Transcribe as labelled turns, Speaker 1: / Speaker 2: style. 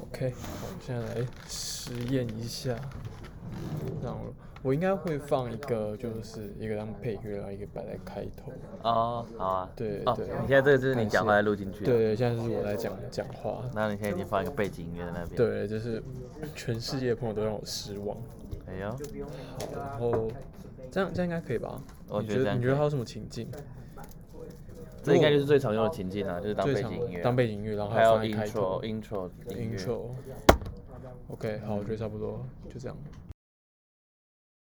Speaker 1: OK，好，我现在来实验一下。让我我应该会放一个，就是一个当配乐，然后一个摆在开头。
Speaker 2: 哦，好啊。
Speaker 1: 对
Speaker 2: 哦，
Speaker 1: 对
Speaker 2: 你现在这个就是你讲话
Speaker 1: 感谢
Speaker 2: 在录进去。
Speaker 1: 对。对，现在是我来讲讲话。
Speaker 2: 那你现在已经放一个背景音乐在那边。。
Speaker 1: 对，就是全世界的朋友都让我失望。
Speaker 2: 哎呦，
Speaker 1: 好，然后这样这样应该可以吧？
Speaker 2: 我
Speaker 1: 你
Speaker 2: 觉得
Speaker 1: 觉
Speaker 2: 这
Speaker 1: 得
Speaker 2: 样
Speaker 1: 你觉得
Speaker 2: 可以
Speaker 1: 还有什么情境？
Speaker 2: 这应该就是最常用的情境啊，就是当
Speaker 1: 最
Speaker 2: 背
Speaker 1: 常
Speaker 2: 景音乐啊。
Speaker 1: 当背景音乐，然后
Speaker 2: 还
Speaker 1: 要
Speaker 2: 有
Speaker 1: 放在开头
Speaker 2: intro intro 音乐。
Speaker 1: intro。OK，好，我觉得差不多就这样。